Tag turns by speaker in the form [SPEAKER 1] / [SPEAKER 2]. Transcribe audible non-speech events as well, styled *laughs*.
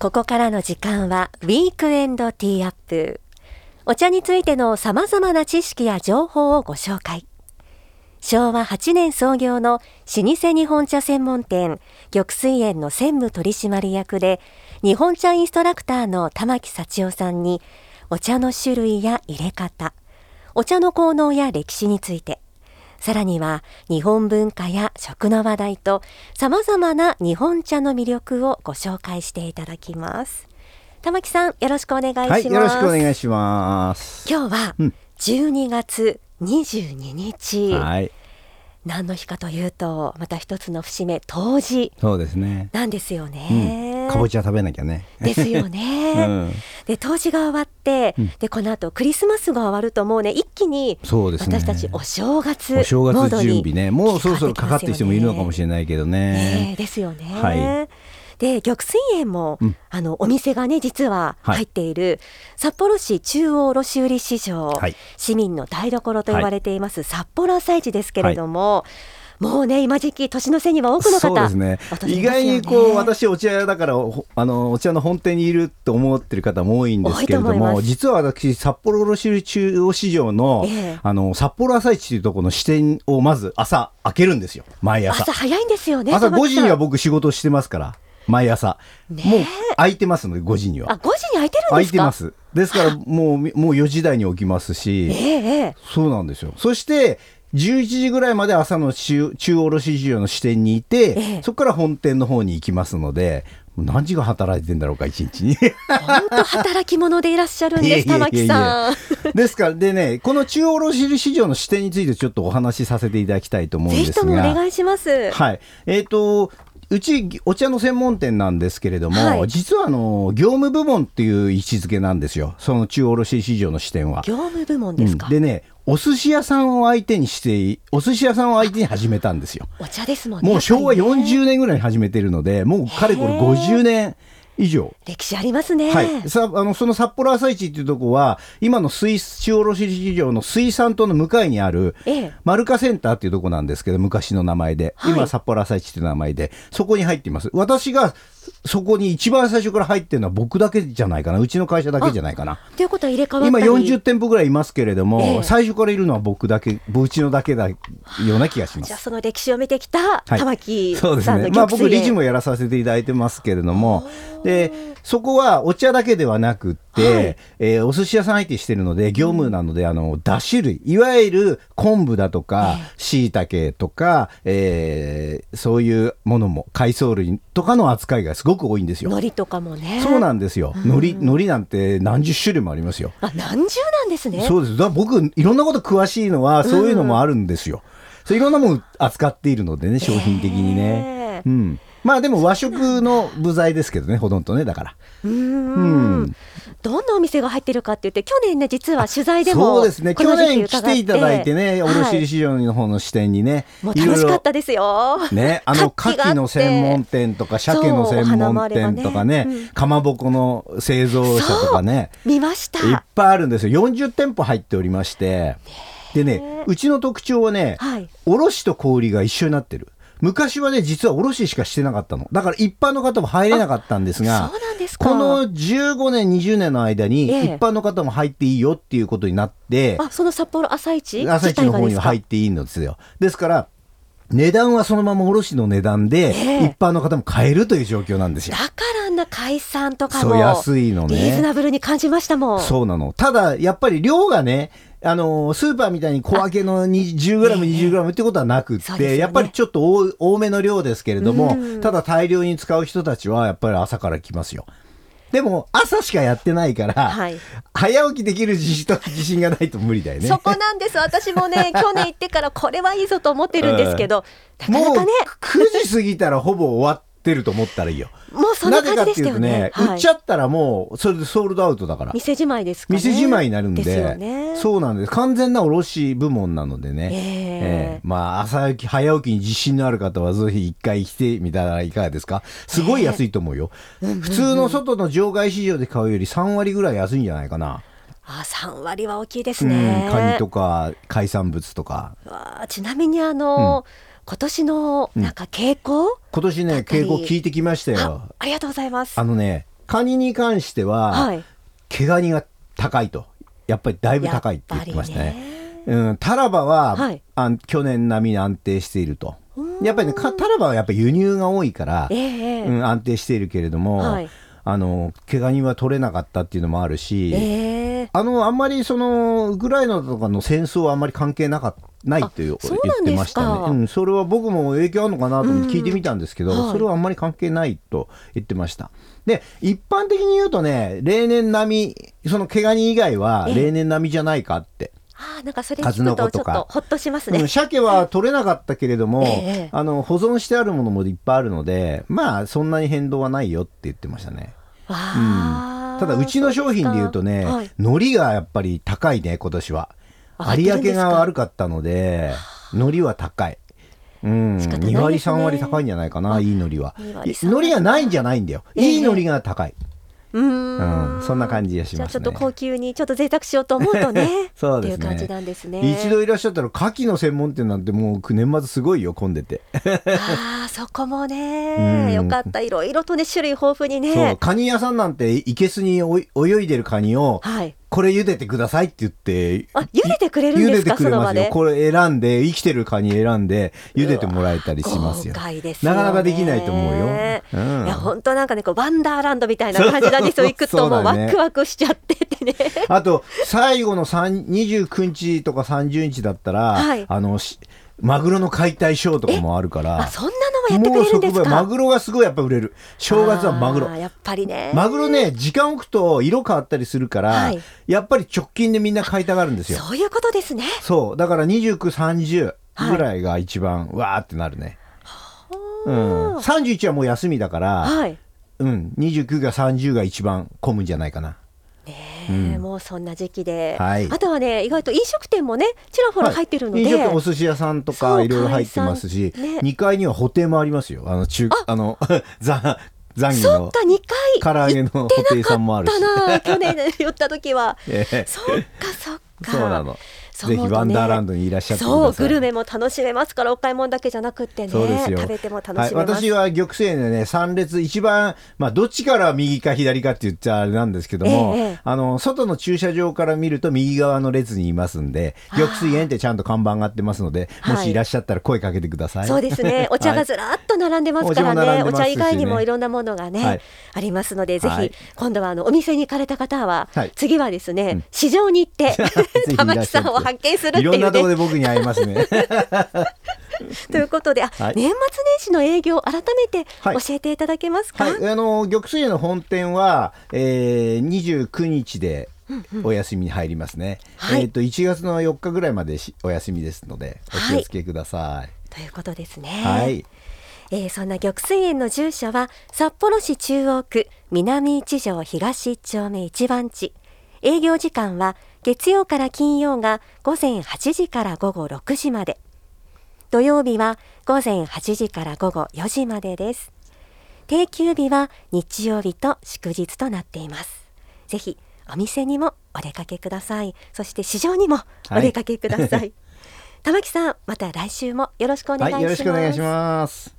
[SPEAKER 1] ここからの時間はウィークエンドティーアップ。お茶についての様々な知識や情報をご紹介。昭和8年創業の老舗日本茶専門店、玉水園の専務取締役で、日本茶インストラクターの玉木幸夫さんに、お茶の種類や入れ方、お茶の効能や歴史について、さらには日本文化や食の話題と、様々な日本茶の魅力をご紹介していただきます。玉木さん、よろしくお願いします。
[SPEAKER 2] はい、よろしくお願いします。
[SPEAKER 1] 今日は
[SPEAKER 2] うん
[SPEAKER 1] 12月22日、
[SPEAKER 2] はい、
[SPEAKER 1] 何の日かというとまた一つの節目冬至
[SPEAKER 2] そうですね。
[SPEAKER 1] なんですよ
[SPEAKER 2] うん
[SPEAKER 1] ね、。
[SPEAKER 2] かぼちゃ食べなきゃね。
[SPEAKER 1] ですよ
[SPEAKER 2] *laughs* う
[SPEAKER 1] ね、
[SPEAKER 2] ん、
[SPEAKER 1] で冬至が終わって、
[SPEAKER 2] うん
[SPEAKER 1] でこの後クリスマスが終わるともうね一気に
[SPEAKER 2] そうですね。
[SPEAKER 1] 私たちお正月モ
[SPEAKER 2] お正
[SPEAKER 1] ード
[SPEAKER 2] 月準
[SPEAKER 1] に
[SPEAKER 2] 備ね、もうそろそろかかってきてもいるのかもしれないけど
[SPEAKER 1] ねえ
[SPEAKER 2] ね。
[SPEAKER 1] ですよね。
[SPEAKER 2] はい
[SPEAKER 1] で玉水園も、
[SPEAKER 2] うん
[SPEAKER 1] あのお店がね実は
[SPEAKER 2] はい
[SPEAKER 1] 入っている、札幌市中央卸売市場、
[SPEAKER 2] はい
[SPEAKER 1] 市民の台所と言われています、札幌朝市ですけれども、もうね今時期年の瀬には多くの方
[SPEAKER 2] そうですね
[SPEAKER 1] 訪れますよね
[SPEAKER 2] 意外にこう私お茶屋だからほあのお茶の本店にいると思ってる方も多いんですけれど
[SPEAKER 1] 多いと思いま
[SPEAKER 2] も
[SPEAKER 1] す
[SPEAKER 2] 実は私札幌卸売中央市場の,、
[SPEAKER 1] ええ
[SPEAKER 2] あの札幌朝市というところの支店をまず朝開けるんですよ毎朝
[SPEAKER 1] 朝早いんですよね
[SPEAKER 2] 朝
[SPEAKER 1] 玉木
[SPEAKER 2] 5
[SPEAKER 1] さん
[SPEAKER 2] 時には僕仕事してますから毎朝、
[SPEAKER 1] ねえ
[SPEAKER 2] もう空いてますので5時に
[SPEAKER 1] あ
[SPEAKER 2] は
[SPEAKER 1] 5時に開いてるんですか
[SPEAKER 2] 空いてますですからもうみもう4時台に起きますし、
[SPEAKER 1] ええええ
[SPEAKER 2] そうなんですよそして11時ぐらいまで朝の中中央卸売市場の支店にいて、
[SPEAKER 1] ええ
[SPEAKER 2] そこから本店の方に行きますのでもう何時が働いてんだろうか一日に
[SPEAKER 1] 本当働き者でいらっしゃるん
[SPEAKER 2] *laughs* いえい
[SPEAKER 1] *laughs* で
[SPEAKER 2] えいえ
[SPEAKER 1] す玉木さん
[SPEAKER 2] ですからでねこの中央卸売市場の支店についてちょっとお話しさせていただきたいと思うん
[SPEAKER 1] ぜ
[SPEAKER 2] です
[SPEAKER 1] ひ
[SPEAKER 2] が
[SPEAKER 1] ともお願いします
[SPEAKER 2] はい。えっ、と、うちお茶の専門店なんですけれども、
[SPEAKER 1] はい
[SPEAKER 2] 実はあの業務部門っていう位置づけなんですよ、その中央卸市場の支店は。
[SPEAKER 1] 業務部門ですか、
[SPEAKER 2] うんでね、お寿司屋さんを相手にして、お寿司屋さんを相手に始めたんですよ。
[SPEAKER 1] お茶ですもんね
[SPEAKER 2] もう昭和
[SPEAKER 1] やっぱりね
[SPEAKER 2] 40年ぐらいに始めてるので、もうかれこれ50年以上。
[SPEAKER 1] 歴史ありますね、
[SPEAKER 2] はい、さあのその札幌朝市っていうとこは今の水中央卸売市場の水産棟の向かいにある
[SPEAKER 1] ええ
[SPEAKER 2] マルカセンターっていうとこなんですけど昔の名前で、
[SPEAKER 1] はい
[SPEAKER 2] 今札幌朝市っていう名前でそこに入っています私がそこに一番最初から入ってるのは僕だけじゃないかなうちの会社だけじゃないかな
[SPEAKER 1] ということは入れ替わった
[SPEAKER 2] 今
[SPEAKER 1] り
[SPEAKER 2] 40店舗ぐらいいますけれども、
[SPEAKER 1] ええ
[SPEAKER 2] 最初からいるのは僕だけうちのだけだような気がしま
[SPEAKER 1] じゃあ
[SPEAKER 2] す。
[SPEAKER 1] その歴史を見てきた
[SPEAKER 2] はい
[SPEAKER 1] 玉木さ
[SPEAKER 2] そ
[SPEAKER 1] ん
[SPEAKER 2] う
[SPEAKER 1] の
[SPEAKER 2] ですね、
[SPEAKER 1] 曲
[SPEAKER 2] まあ、僕理事もやらさせていただいてますけれどもでそこはお茶だけではなくって、
[SPEAKER 1] はい
[SPEAKER 2] えーお寿司屋さん相手してるので業務なので、あのだし類いわゆる昆布だとかしいたけとか、えーそういうものも海藻類とかの扱いがすごく多いんですよ。
[SPEAKER 1] 海苔とかもね
[SPEAKER 2] そうなんんですよ海苔海苔なんて何十種類もありますよ。
[SPEAKER 1] あ何十なんですね
[SPEAKER 2] そうですだから僕いろんなこと詳しいのはそういうのもあるんですよ。そういろんなもの扱っているのでね商品的にね。
[SPEAKER 1] ね
[SPEAKER 2] うん、まあでも和食の部材ですけどねほとんどねだから
[SPEAKER 1] うーん
[SPEAKER 2] うん
[SPEAKER 1] どんなお店が入ってるかって言って去年ね実は取材でも
[SPEAKER 2] そうですね
[SPEAKER 1] この
[SPEAKER 2] 去
[SPEAKER 1] 時期
[SPEAKER 2] 年来ていただいてね
[SPEAKER 1] 伺って
[SPEAKER 2] 卸売市場の方の支店にね、
[SPEAKER 1] もう
[SPEAKER 2] いろ
[SPEAKER 1] 楽
[SPEAKER 2] い
[SPEAKER 1] し
[SPEAKER 2] ろ
[SPEAKER 1] かったですよ
[SPEAKER 2] ね、あの
[SPEAKER 1] 牡蠣
[SPEAKER 2] 牡
[SPEAKER 1] があって
[SPEAKER 2] 蠣の専門店とか鮭の専門店と
[SPEAKER 1] そうお花もあれば
[SPEAKER 2] かね
[SPEAKER 1] ねうん
[SPEAKER 2] かまぼこの製造者とかね
[SPEAKER 1] 見ました
[SPEAKER 2] いっぱいあるんですよ40店舗入っておりましてでねうちの特徴はね、
[SPEAKER 1] はい
[SPEAKER 2] 卸と小売りが一緒になってる昔はね実は卸しかしてなかったのだから一般の方も入れなかったんです
[SPEAKER 1] そう
[SPEAKER 2] が
[SPEAKER 1] なんですか
[SPEAKER 2] この15年、20年の間に、
[SPEAKER 1] ええ
[SPEAKER 2] 一般の方も入っていいよっていうことになって、
[SPEAKER 1] あその札幌朝市
[SPEAKER 2] 朝市の方には入
[SPEAKER 1] っ
[SPEAKER 2] っていいんですよ。ですから、値段はそのまま卸の値段
[SPEAKER 1] え
[SPEAKER 2] で、
[SPEAKER 1] え
[SPEAKER 2] 一般の方も買えるという状況なんです
[SPEAKER 1] だ
[SPEAKER 2] よ。
[SPEAKER 1] からあんな海産とか
[SPEAKER 2] そ
[SPEAKER 1] も
[SPEAKER 2] う、安いの
[SPEAKER 1] リーズ
[SPEAKER 2] ね。
[SPEAKER 1] ナブルに感じましたもん
[SPEAKER 2] そうなの。ただ、やっぱり量がね、あのスーパーみたいに小分けの 10g、
[SPEAKER 1] ええ
[SPEAKER 2] 20g ってことはなくって、
[SPEAKER 1] そうですよね
[SPEAKER 2] やっぱりちょっと多多めの量ですけれども、ただ大量に使う人たちはやっぱり朝から来ますよ。でも、朝しかやってないから、
[SPEAKER 1] はい
[SPEAKER 2] 早起きできる自信と *laughs* 自信がないと無理だよね。
[SPEAKER 1] そこなんです私も
[SPEAKER 2] *laughs*
[SPEAKER 1] ね去年行ってからこれはいいぞと思ってるんですけど、な
[SPEAKER 2] も
[SPEAKER 1] か
[SPEAKER 2] う
[SPEAKER 1] なかね
[SPEAKER 2] 9時過ぎたらほぼ終わってると思ったらいいよ。
[SPEAKER 1] もうそんな
[SPEAKER 2] なぜ
[SPEAKER 1] 感
[SPEAKER 2] かっ
[SPEAKER 1] じで
[SPEAKER 2] て
[SPEAKER 1] した
[SPEAKER 2] いうと
[SPEAKER 1] よ
[SPEAKER 2] ね
[SPEAKER 1] ね、は
[SPEAKER 2] 売っ
[SPEAKER 1] い
[SPEAKER 2] ちゃったらもうそれでソールドアウトだから。
[SPEAKER 1] 店じまいですかね
[SPEAKER 2] 店じまいになるんで
[SPEAKER 1] ですよね
[SPEAKER 2] そうなんです完全な卸部門なのでね、
[SPEAKER 1] ええ
[SPEAKER 2] えまあ朝起き早起きに自信のある方はぜひ一回来てみたらいかがですかすごい安いと思うよ、普通の外の場外市場で買うより3割ぐらい安いんじゃないかな、
[SPEAKER 1] あ3割は大きいです
[SPEAKER 2] うん
[SPEAKER 1] ね、
[SPEAKER 2] カニとか海産物とか
[SPEAKER 1] わあちなみにあの、今年のなんか傾向、
[SPEAKER 2] 今年ね
[SPEAKER 1] かり
[SPEAKER 2] 傾向聞いてきましたよ
[SPEAKER 1] あありがとうございます
[SPEAKER 2] あのね、カニに関しては、
[SPEAKER 1] はい
[SPEAKER 2] 毛ガニが高いとやっぱりだいぶ高いって言ってましたねうん、タラバは、
[SPEAKER 1] はい
[SPEAKER 2] あん去年並みに安定しているとやっぱりねかタラバはやっぱり輸入が多いから、
[SPEAKER 1] ええ
[SPEAKER 2] うん、安定しているけれども、
[SPEAKER 1] はい
[SPEAKER 2] あの毛ガニは取れなかったっていうのもあるし、
[SPEAKER 1] ええ
[SPEAKER 2] あのあんまりそのウクライナとかの戦争はあんまり関係なかないという
[SPEAKER 1] あそ
[SPEAKER 2] 言
[SPEAKER 1] うな
[SPEAKER 2] っ
[SPEAKER 1] ん
[SPEAKER 2] て
[SPEAKER 1] で
[SPEAKER 2] ますし
[SPEAKER 1] か
[SPEAKER 2] たね、うん、それは僕も影響あるのかなと思って聞いてみたんですけど、
[SPEAKER 1] うんはい
[SPEAKER 2] それはあんまり関係ないと言ってました。で一般的に言うとね例年並みその毛ガニ以外は
[SPEAKER 1] ええ
[SPEAKER 2] 例年並みじゃないかって
[SPEAKER 1] ああなんかそれ
[SPEAKER 2] 数
[SPEAKER 1] 聞
[SPEAKER 2] の
[SPEAKER 1] くと
[SPEAKER 2] 子
[SPEAKER 1] ちょ
[SPEAKER 2] と
[SPEAKER 1] っと
[SPEAKER 2] か
[SPEAKER 1] ほっとします
[SPEAKER 2] う
[SPEAKER 1] ね
[SPEAKER 2] ん、。鮭は取れなかったけれども、
[SPEAKER 1] ええ
[SPEAKER 2] あの保存してあるものもいっぱいあるのでまあそんなに変動はないよって言ってましたね
[SPEAKER 1] わあ
[SPEAKER 2] ただうちの商品で言うとね、
[SPEAKER 1] そですか
[SPEAKER 2] 海苔がやっぱり高いね今年は
[SPEAKER 1] 上がってる
[SPEAKER 2] 有
[SPEAKER 1] んで
[SPEAKER 2] 明
[SPEAKER 1] すか
[SPEAKER 2] が悪かったので海苔は高いうん、
[SPEAKER 1] 仕方ないですね
[SPEAKER 2] 2割3割高いんじゃないかな、いい海苔は。
[SPEAKER 1] 2割
[SPEAKER 2] い
[SPEAKER 1] 3
[SPEAKER 2] 海苔がないんじゃないんだよ。
[SPEAKER 1] ええ
[SPEAKER 2] いい海苔が高い。
[SPEAKER 1] うーん
[SPEAKER 2] うんそんな感じがしますね
[SPEAKER 1] じゃあちょっと高級にちょっと贅沢しようと思うとね
[SPEAKER 2] *laughs* そうですね
[SPEAKER 1] っていう感じなんですね。
[SPEAKER 2] 一度いらっしゃったら、牡蠣の専門店なんてもう年末すごいよ、混んでて。
[SPEAKER 1] ああそこも
[SPEAKER 2] うん
[SPEAKER 1] ねよかったいろいろとね種類豊富に
[SPEAKER 2] そう、
[SPEAKER 1] ね。
[SPEAKER 2] カニ屋さんなんて、いけすにおい泳いでるカニを、
[SPEAKER 1] はい。
[SPEAKER 2] これ茹でてくださいって言って、
[SPEAKER 1] あ茹でてくれるんですか
[SPEAKER 2] 茹でてくれま
[SPEAKER 1] その場
[SPEAKER 2] す
[SPEAKER 1] で
[SPEAKER 2] よ。これ選んで、生きてるカニ選んで、茹でてもらえたりしますよ。
[SPEAKER 1] 豪快ですよ
[SPEAKER 2] な
[SPEAKER 1] ね
[SPEAKER 2] かなかできないと思うよ。うん
[SPEAKER 1] いや本当なんかねこうワンダーランドみたいな感じなんですよ
[SPEAKER 2] *laughs* そう
[SPEAKER 1] 行くともう
[SPEAKER 2] そ
[SPEAKER 1] ワ
[SPEAKER 2] うだね
[SPEAKER 1] クワクしちゃっててね
[SPEAKER 2] あと、最後の3 29日とか30日だったら、
[SPEAKER 1] はい
[SPEAKER 2] あの、しマグロの解体ショーとかもあるから、
[SPEAKER 1] あそんなのもやってくれるんです
[SPEAKER 2] もう即売マ
[SPEAKER 1] か
[SPEAKER 2] グロがすごいやっぱ売れる。正月はマグロ
[SPEAKER 1] あー。やっぱりね
[SPEAKER 2] マグロね、時間置くと色変わったりするから、
[SPEAKER 1] はい
[SPEAKER 2] やっぱり直近でみんな買いたがるんですよ。
[SPEAKER 1] そういうことですね
[SPEAKER 2] そう。だから29、30
[SPEAKER 1] はい
[SPEAKER 2] ぐらいが一番、わーってなるね。う
[SPEAKER 1] ー
[SPEAKER 2] ん、31はもう休みだから、
[SPEAKER 1] はい
[SPEAKER 2] うん、29が30が一番混むんじゃないかな。
[SPEAKER 1] ねえもうそんな時期で、
[SPEAKER 2] はい
[SPEAKER 1] あとはね意外と飲食店もねちらほら入ってるので、
[SPEAKER 2] はい飲食店お寿司屋さんと
[SPEAKER 1] そ
[SPEAKER 2] か
[SPEAKER 1] う
[SPEAKER 2] いろいろ入ってます
[SPEAKER 1] 海
[SPEAKER 2] し、
[SPEAKER 1] 鮮ね
[SPEAKER 2] 2階には補填もありますよあの中あの *laughs* ザザギ
[SPEAKER 1] そっ
[SPEAKER 2] の
[SPEAKER 1] か2
[SPEAKER 2] 唐揚げの補填さんもあ
[SPEAKER 1] 回
[SPEAKER 2] るし
[SPEAKER 1] だな去年言った時は、
[SPEAKER 2] *laughs* ええ
[SPEAKER 1] そっかそっか
[SPEAKER 2] そうなの
[SPEAKER 1] そう思うとね
[SPEAKER 2] ぜひワンダーランドにいらっしゃってください
[SPEAKER 1] そうグルメも楽しめますからお買い物だけじゃなくってね
[SPEAKER 2] そうですよ
[SPEAKER 1] 食べても楽しめます、
[SPEAKER 2] はい、私は玉泉でね3列一番、まあ、どっちから右か左かって言っちゃあれなんですけども、
[SPEAKER 1] ええ
[SPEAKER 2] あの外の駐車場から見ると右側の列にいますんで玉水園ってちゃんと看板があってますので
[SPEAKER 1] はい
[SPEAKER 2] もしいらっしゃったら声かけてください。
[SPEAKER 1] そうですね。お茶がずらっと並んでますからね。
[SPEAKER 2] お茶も並ん
[SPEAKER 1] お
[SPEAKER 2] でます
[SPEAKER 1] 茶
[SPEAKER 2] しね
[SPEAKER 1] 以外にもいろんなものがね、
[SPEAKER 2] はい
[SPEAKER 1] ありますので、ぜひ、
[SPEAKER 2] はい
[SPEAKER 1] 今度はあのお店に行かれた方は、
[SPEAKER 2] はい
[SPEAKER 1] 次はですね、市場に行って
[SPEAKER 2] *laughs* *laughs* ぜひいらっしゃって
[SPEAKER 1] 玉木さんを発見するって
[SPEAKER 2] い
[SPEAKER 1] い
[SPEAKER 2] ろ
[SPEAKER 1] うん
[SPEAKER 2] なところ
[SPEAKER 1] ね。
[SPEAKER 2] で僕に会いま
[SPEAKER 1] *laughs*
[SPEAKER 2] すね。
[SPEAKER 1] ということで、あ、
[SPEAKER 2] はい
[SPEAKER 1] 年末年始の営業改めて
[SPEAKER 2] はい
[SPEAKER 1] 教えていただけますか。
[SPEAKER 2] はい、あの玉水園の本店は、えー、29日でお休みに入りますね。
[SPEAKER 1] はい
[SPEAKER 2] えっ、と1月の4日ぐらいまでしお休みですのでお
[SPEAKER 1] はい
[SPEAKER 2] 気をつけください。
[SPEAKER 1] ということですね。
[SPEAKER 2] はい、
[SPEAKER 1] えーそんな玉水園の住所は札幌市中央区南一条東一丁目一番地営業時間は月曜から金曜が午前8時から午後6時まで土曜日は午前8時から午後4時までです定休日は日曜日と祝日となっていますぜひお店にもお出かけくださいそして市場にもお *laughs* 出かけください、玉木さんまた来週もよろしくお願いします、
[SPEAKER 2] はい、よろしくお願いします。